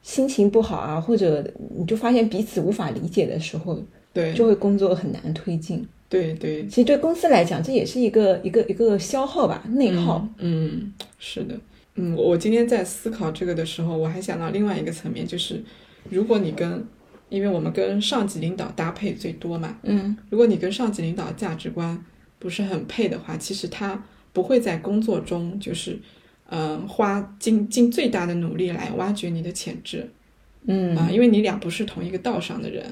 Speaker 3: 心情不好啊，或者你就发现彼此无法理解的时候，
Speaker 1: 对
Speaker 3: 就会工作很难推进。
Speaker 1: 对对
Speaker 3: 其实对公司来讲，这也是一个一个一个消耗吧，内耗。
Speaker 1: 嗯是的嗯我我今天在思考这个的时候，我还想到另外一个层面，就是如果你跟因为我们跟上级领导搭配最多嘛，
Speaker 3: 嗯
Speaker 1: 如果你跟上级领导价值观不是很配的话，其实他不会在工作中就是，嗯、花尽尽最大的努力来挖掘你的潜质啊、
Speaker 3: 嗯
Speaker 1: 因为你俩不是同一个道上的人，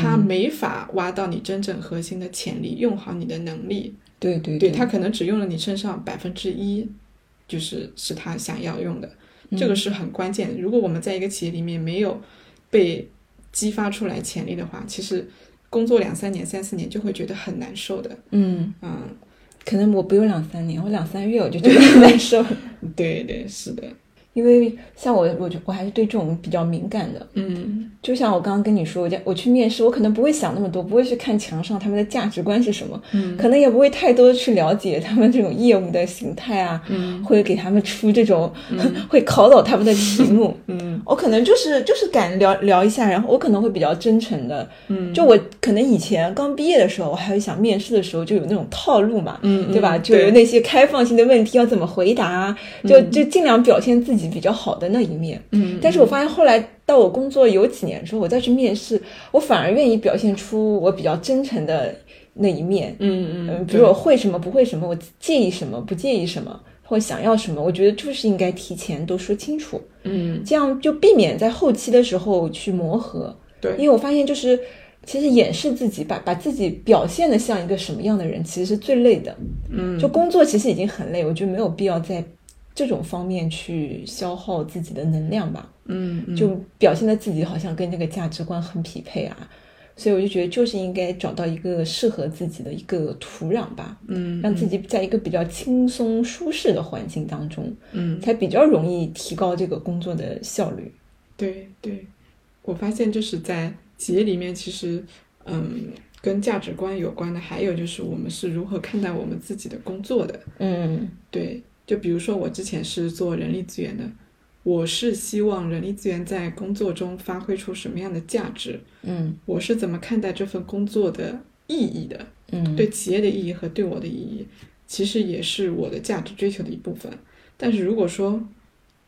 Speaker 1: 他没法挖到你真正核心的潜力，用好你的能力，
Speaker 3: 对对
Speaker 1: 对他可能只用了你身上百分之一，就是是他想要用的，这个是很关键。如果我们在一个企业里面没有被激发出来潜力的话，其实工作两三年、三四年就会觉得很难受的。
Speaker 3: 嗯，
Speaker 1: 嗯，
Speaker 3: 可能我不用两三年，我两三月我就觉得很难受了，
Speaker 1: 对对，是的，
Speaker 3: 因为像我，我就我还是对这种比较敏感的。
Speaker 1: 嗯
Speaker 3: 就像我刚刚跟你说，我在我去面试，我可能不会想那么多，不会去看墙上他们的价值观是什么，
Speaker 1: 嗯
Speaker 3: 可能也不会太多去了解他们这种业务的形态啊，
Speaker 1: 嗯
Speaker 3: 会给他们出这种、 会考倒他们的题目。
Speaker 1: 嗯
Speaker 3: 我可能就是就是敢聊聊一下，然后我可能会比较真诚的，
Speaker 1: 嗯
Speaker 3: 就我可能以前刚毕业的时候，我还会想面试的时候就有那种套路嘛，
Speaker 1: 嗯
Speaker 3: 对吧？
Speaker 1: 嗯
Speaker 3: 就有
Speaker 1: 对
Speaker 3: 那些开放性的问题要怎么回答，啊就就尽量表现自己比较好的那一面。
Speaker 1: 嗯
Speaker 3: 但是我发现后来到我工作有几年之后，我再去面试，我反而愿意表现出我比较真诚的那一面。
Speaker 1: 嗯
Speaker 3: 嗯，
Speaker 1: 嗯，
Speaker 3: 比如我会什么，不会什么，我介意什么，不介意什么，或想要什么，我觉得就是应该提前都说清楚，
Speaker 1: 嗯
Speaker 3: 这样就避免在后期的时候去磨合。
Speaker 1: 对
Speaker 3: 因为我发现就是，其实掩饰自己，把把自己表现的像一个什么样的人，其实是最累的。
Speaker 1: 嗯
Speaker 3: 就工作其实已经很累，我觉得没有必要在这种方面去消耗自己的能量吧。
Speaker 1: 嗯
Speaker 3: 就表现的自己好像跟这个价值观很匹配啊，所以我就觉得就是应该找到一个适合自己的一个土壤吧，
Speaker 1: 嗯
Speaker 3: 让自己在一个比较轻松舒适的环境当中，
Speaker 1: 嗯
Speaker 3: 才比较容易提高这个工作的效率。
Speaker 1: 对对，我发现就是在企业里面，其实嗯跟价值观有关的，还有就是我们是如何看待我们自己的工作的。
Speaker 3: 嗯
Speaker 1: 对，就比如说我之前是做人力资源的，我是希望人力资源在工作中发挥出什么样的价值，
Speaker 3: 嗯
Speaker 1: 我是怎么看待这份工作的意义的，
Speaker 3: 嗯，
Speaker 1: 对企业的意义和对我的意义，其实也是我的价值追求的一部分。但是如果说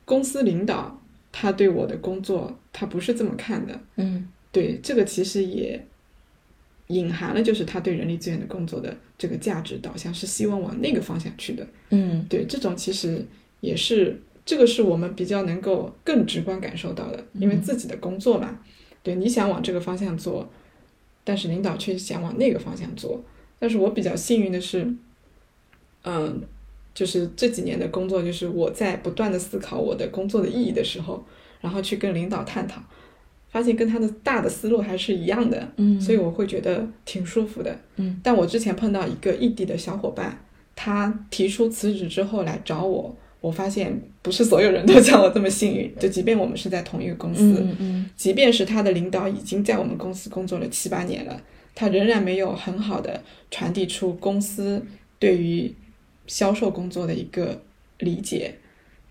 Speaker 1: 公司领导他对我的工作他不是这么看的，
Speaker 3: 嗯
Speaker 1: 对这个其实也隐含了就是他对人力资源的工作的这个价值导向是希望往那个方向去的。
Speaker 3: 嗯
Speaker 1: 对，这种其实也是这个是我们比较能够更直观感受到的，因为自己的工作嘛，对，你想往这个方向做，但是领导却想往那个方向做。但是我比较幸运的是，嗯，就是这几年的工作，就是我在不断的思考我的工作的意义的时候，然后去跟领导探讨。发现跟他的大的思路还是一样的，
Speaker 3: 嗯
Speaker 1: 所以我会觉得挺舒服的。
Speaker 3: 嗯，
Speaker 1: 但我之前碰到一个异地的小伙伴，他提出辞职之后来找我，我发现不是所有人都像我这么幸运。就即便我们是在同一个公司，
Speaker 3: 嗯嗯
Speaker 1: 即便是他的领导已经在我们公司工作了七八年了，他仍然没有很好的传递出公司对于销售工作的一个理解。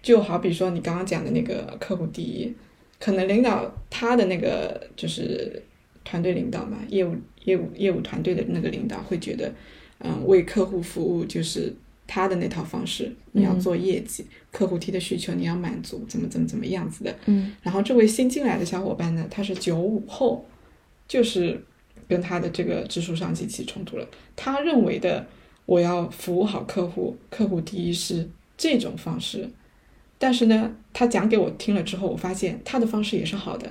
Speaker 1: 就好比说你刚刚讲的那个客户第一，可能领导他的那个就是团队领导嘛，业务业务业务团队的那个领导会觉得，嗯，为客户服务就是他的那套方式，你要做业绩，客户提的需求你要满足，怎么怎么怎么样子的。
Speaker 3: 嗯，
Speaker 1: 然后这位新进来的小伙伴呢，他是九五后，就是跟他的这个直属上级起冲突了。他认为的我要服务好客户，客户第一是这种方式，但是呢，他讲给我听了之后，我发现他的方式也是好的，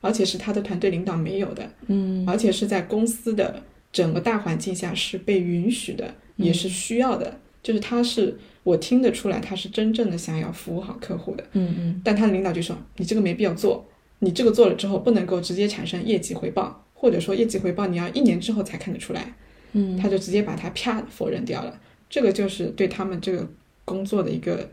Speaker 1: 而且是他的团队领导没有的，
Speaker 3: 嗯
Speaker 1: 而且是在公司的整个大环境下是被允许的，也是需要的。就是他是我听得出来，他是真正的想要服务好客户的。
Speaker 3: 嗯嗯
Speaker 1: 但他的领导就说：“你这个没必要做，你这个做了之后不能够直接产生业绩回报，或者说业绩回报你要一年之后才看得出来。”
Speaker 3: 嗯，
Speaker 1: 他就直接把它啪否认掉了。这个就是对他们这个工作的一个，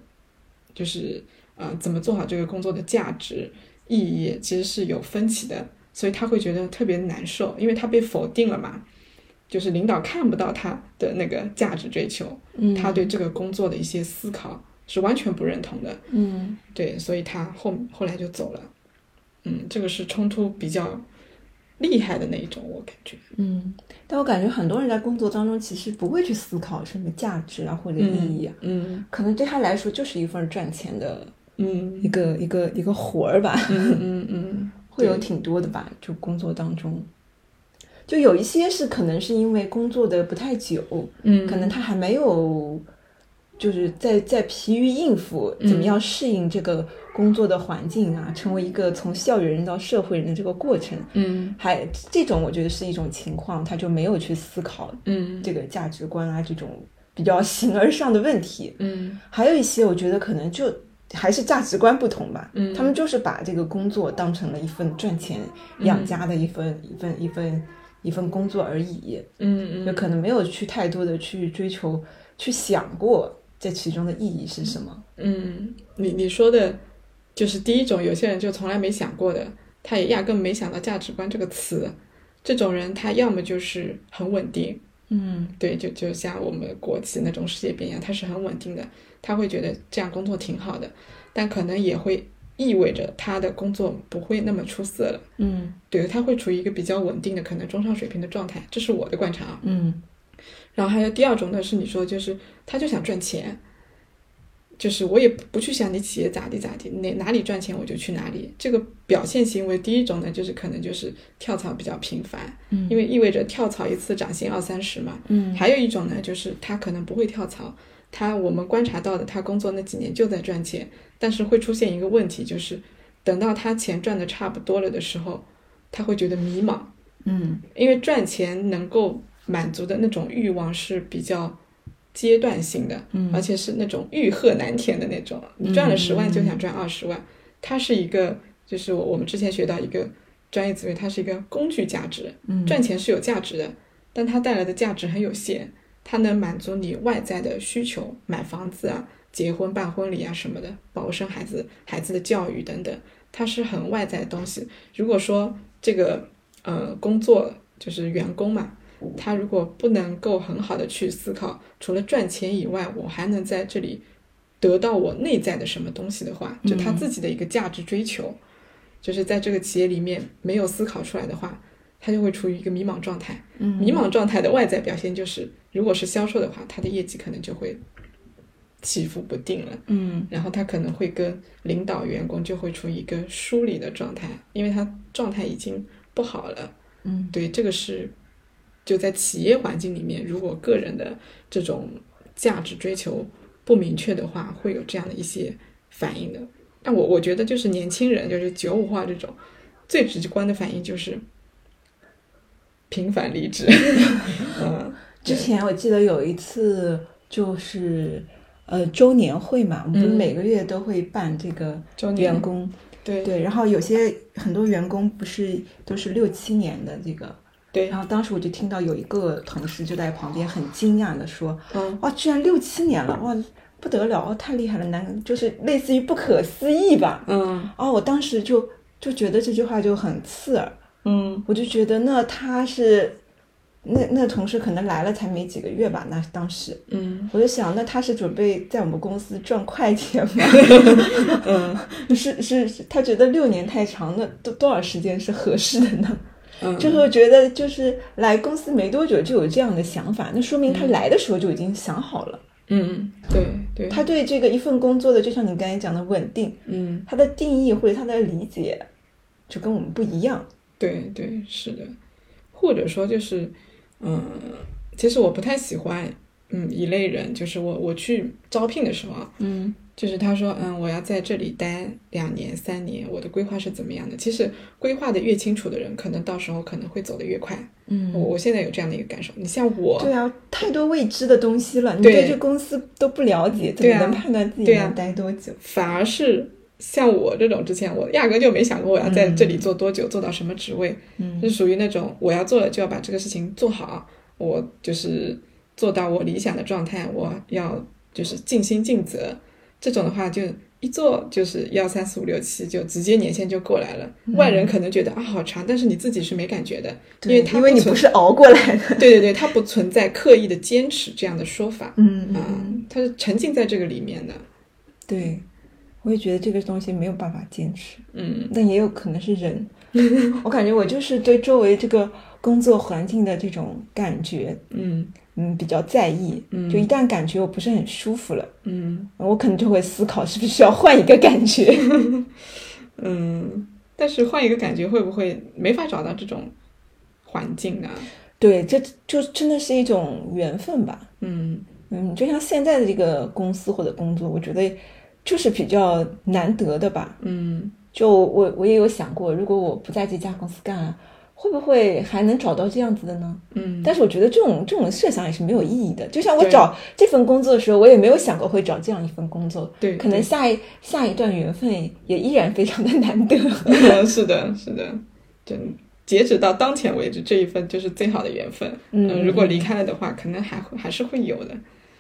Speaker 1: 就是呃怎么做好这个工作的价值意义其实是有分歧的，所以他会觉得特别难受，因为他被否定了嘛，就是领导看不到他的那个价值追求，
Speaker 3: 嗯
Speaker 1: 他对这个工作的一些思考是完全不认同的。
Speaker 3: 嗯
Speaker 1: 对，所以他后后来就走了。嗯，这个是冲突比较厉害的那一种，我感觉。
Speaker 3: 嗯
Speaker 2: 但我感觉很多人在工作当中其实不会去思考什么价值啊或者意义啊，
Speaker 1: 嗯
Speaker 2: 可能对他来说就是一份赚钱的
Speaker 1: 嗯
Speaker 2: 一个一个一个活儿吧，
Speaker 1: 嗯嗯嗯，
Speaker 2: 会有
Speaker 1: 对
Speaker 2: 挺多的吧，就工作当中。就有一些是可能是因为工作的不太久，
Speaker 1: 嗯
Speaker 2: 可能他还没有，就是在在疲于应付，怎么样
Speaker 1: 嗯
Speaker 2: 适应这个工作的环境啊，成为一个从校园人到社会人的这个过程，
Speaker 1: 嗯
Speaker 2: 还这种我觉得是一种情况，他就没有去思考
Speaker 1: 嗯
Speaker 2: 这个价值观啊这种比较形而上的问题。
Speaker 1: 嗯
Speaker 2: 还有一些我觉得可能就还是价值观不同吧，
Speaker 1: 嗯
Speaker 2: 他们就是把这个工作当成了一份赚钱
Speaker 1: 嗯
Speaker 2: 养家的一份、
Speaker 3: 嗯
Speaker 2: 一份一份一份工作而已。
Speaker 1: 嗯
Speaker 2: 就
Speaker 1: 嗯
Speaker 2: 可能没有去太多的去追求、去想过这其中的意义是什么。
Speaker 1: 嗯，你你说的，就是第一种，有些人就从来没想过的，他也压根没想到价值观这个词。这种人，他要么就是很稳定，
Speaker 3: 嗯
Speaker 1: 对，就就像我们国企那种世界边一样，它是很稳定的，他会觉得这样工作挺好的，但可能也会意味着他的工作不会那么出色了。
Speaker 3: 嗯
Speaker 1: 对，他会处于一个比较稳定的，可能中上水平的状态，这是我的观察啊。
Speaker 3: 嗯
Speaker 1: 然后还有第二种呢，是你说就是他就想赚钱，就是我也不不去想你企业咋地咋地，哪哪里赚钱我就去哪里。这个表现行为，第一种呢，就是可能就是跳槽比较频繁，
Speaker 3: 嗯
Speaker 1: 因为意味着跳槽一次涨薪二三十嘛。
Speaker 3: 嗯
Speaker 1: 还有一种呢，就是他可能不会跳槽，他我们观察到的，他工作那几年就在赚钱，但是会出现一个问题，就是等到他钱赚的差不多了的时候，他会觉得迷茫，
Speaker 3: 嗯
Speaker 1: 因为赚钱能够满足的那种欲望是比较阶段性的，
Speaker 3: 嗯
Speaker 1: 而且是那种欲壑难填的那种。你赚了十万就想赚二十万，它是一个，就是我我们之前学到一个专业词语，它是一个工具价值。
Speaker 3: 嗯
Speaker 1: 赚钱是有价值的，但它带来的价值很有限，它能满足你外在的需求，买房子啊、结婚办婚礼啊什么的，包括生孩子、孩子的教育等等，它是很外在的东西。如果说这个呃工作就是员工嘛，他如果不能够很好的去思考，除了赚钱以外，我还能在这里得到我内在的什么东西的话，就他自己的一个价值追求，就是在这个企业里面没有思考出来的话，他就会处于一个迷茫状态。
Speaker 3: 嗯
Speaker 1: 迷茫状态的外在表现就是，如果是销售的话，他的业绩可能就会起伏不定了。
Speaker 3: 嗯
Speaker 1: 然后他可能会跟领导、员工就会处于一个疏离的状态，因为他状态已经不好了。
Speaker 3: 嗯，
Speaker 1: 对，这个是就在企业环境里面，如果个人的这种价值追求不明确的话，会有这样的一些反应的。但我我觉得就是年轻人，就是九五后这种，最直观的反应就是频繁离职。嗯，
Speaker 2: 之前我记得有一次就是呃周年会嘛，我们不是
Speaker 1: 嗯
Speaker 2: 每个月都会办这个
Speaker 1: 周年
Speaker 2: 员工
Speaker 1: 对
Speaker 3: 对，然后有些很多员工不是都是六七年的这个，
Speaker 1: 对
Speaker 3: 然后当时我就听到有一个同事就在旁边很惊讶的说：“
Speaker 1: 嗯，
Speaker 3: 哇，居然六七年了，哇，不得了，哦，太厉害了，难就是类似于不可思议吧。”
Speaker 1: 嗯
Speaker 3: 哦，我当时就就觉得这句话就很刺耳，
Speaker 1: 嗯
Speaker 3: 我就觉得那他是那那同事可能来了才没几个月吧，那当时
Speaker 1: 嗯
Speaker 3: 我就想，那他是准备在我们公司赚快钱 吗？
Speaker 1: 嗯
Speaker 3: 是是是，他觉得六年太长，那多多少时间是合适的呢？
Speaker 1: 嗯，
Speaker 3: 就会觉得就是来公司没多久就有这样的想法，那说明他来的时候就已经想好了，
Speaker 1: 嗯对对，
Speaker 3: 他对这个一份工作的，就像你刚才讲的稳定，
Speaker 1: 嗯
Speaker 3: 他的定义或者他的理解就跟我们不一样。
Speaker 1: 对对是的，或者说就是嗯，其实我不太喜欢嗯一类人，就是我我去招聘的时候啊，
Speaker 4: 嗯
Speaker 1: 就是他说，嗯，我要在这里待两年、三年，我的规划是怎么样的？其实规划的越清楚的人，可能到时候可能会走得越快。我
Speaker 4: 嗯，
Speaker 1: 我现在有这样的一个感受。你像我，
Speaker 3: 对啊，太多未知的东西了，你
Speaker 1: 对
Speaker 3: 对这公司都不了解，怎
Speaker 1: 对
Speaker 3: 么
Speaker 1: 啊
Speaker 3: 能判断自己
Speaker 1: 对啊
Speaker 3: 能待多久？
Speaker 1: 反而是像我这种之前，我压根就没想过我要在这里做多久，做到什么职位，
Speaker 3: 嗯
Speaker 1: 是属于那种我要做了就要把这个事情做好，我就是做到我理想的状态，我要就是尽心尽责。这种的话，就一做就是幺三四五六七，就直接年限就过来了。
Speaker 3: 嗯
Speaker 1: 外人可能觉得啊好长，但是你自己是没感觉的，因
Speaker 3: 对
Speaker 1: 为他
Speaker 3: 因为你
Speaker 1: 存
Speaker 3: 不是熬过来的。
Speaker 1: 对对对，它不存在刻意的坚持这样的说法
Speaker 3: 嗯
Speaker 1: 啊，它是沉浸在这个里面的。
Speaker 3: 对，我也觉得这个东西没有办法坚持，
Speaker 1: 嗯
Speaker 3: 但也有可能是人。我感觉我就是对周围这个工作环境的这种感觉，
Speaker 1: 嗯
Speaker 3: 嗯，比较在意。
Speaker 1: 嗯
Speaker 3: 就一旦感觉我不是很舒服了，
Speaker 1: 嗯
Speaker 3: 我可能就会思考是不是需要换一个感觉。
Speaker 1: 嗯，但是换一个感觉，会不会没法找到这种环境呢？啊
Speaker 3: 对，这就真的是一种缘分吧。
Speaker 1: 嗯
Speaker 3: 嗯，就像现在的这个公司或者工作，我觉得就是比较难得的吧。
Speaker 1: 嗯
Speaker 3: 就我我也有想过，如果我不在这家公司干了，会不会还能找到这样子的呢？
Speaker 1: 嗯，
Speaker 3: 但是我觉得这种这种设想也是没有意义的。就像我
Speaker 1: 对
Speaker 3: 找这份工作的时候，我也没有想过会找这样一份工作，
Speaker 1: 对，
Speaker 3: 可能下一下一段缘分也依然非常的 难得。
Speaker 1: 对 是的，是的，就截止到当前为止，这一份就是最好的缘分。
Speaker 3: 嗯
Speaker 1: 如果离开了的话，可能还会还是会有的。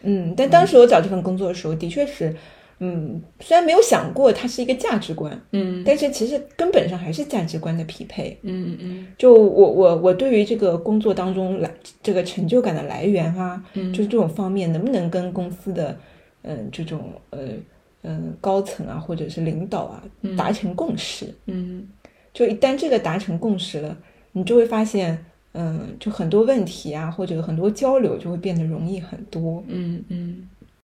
Speaker 3: 嗯，但当时我找这份工作的时候，的确是，嗯，虽然没有想过它是一个价值观，
Speaker 1: 嗯
Speaker 3: 但是其实根本上还是价值观的匹配。
Speaker 1: 嗯嗯
Speaker 3: 就我我我对于这个工作当中来这个成就感的来源啊，
Speaker 1: 嗯
Speaker 3: 就是这种方面能不能跟公司的嗯这种呃嗯高层啊或者是领导啊
Speaker 1: 嗯
Speaker 3: 达成共识，
Speaker 1: 嗯
Speaker 3: 就一旦这个达成共识了，你就会发现呃嗯就很多问题啊或者很多交流就会变得容易很多。
Speaker 1: 嗯嗯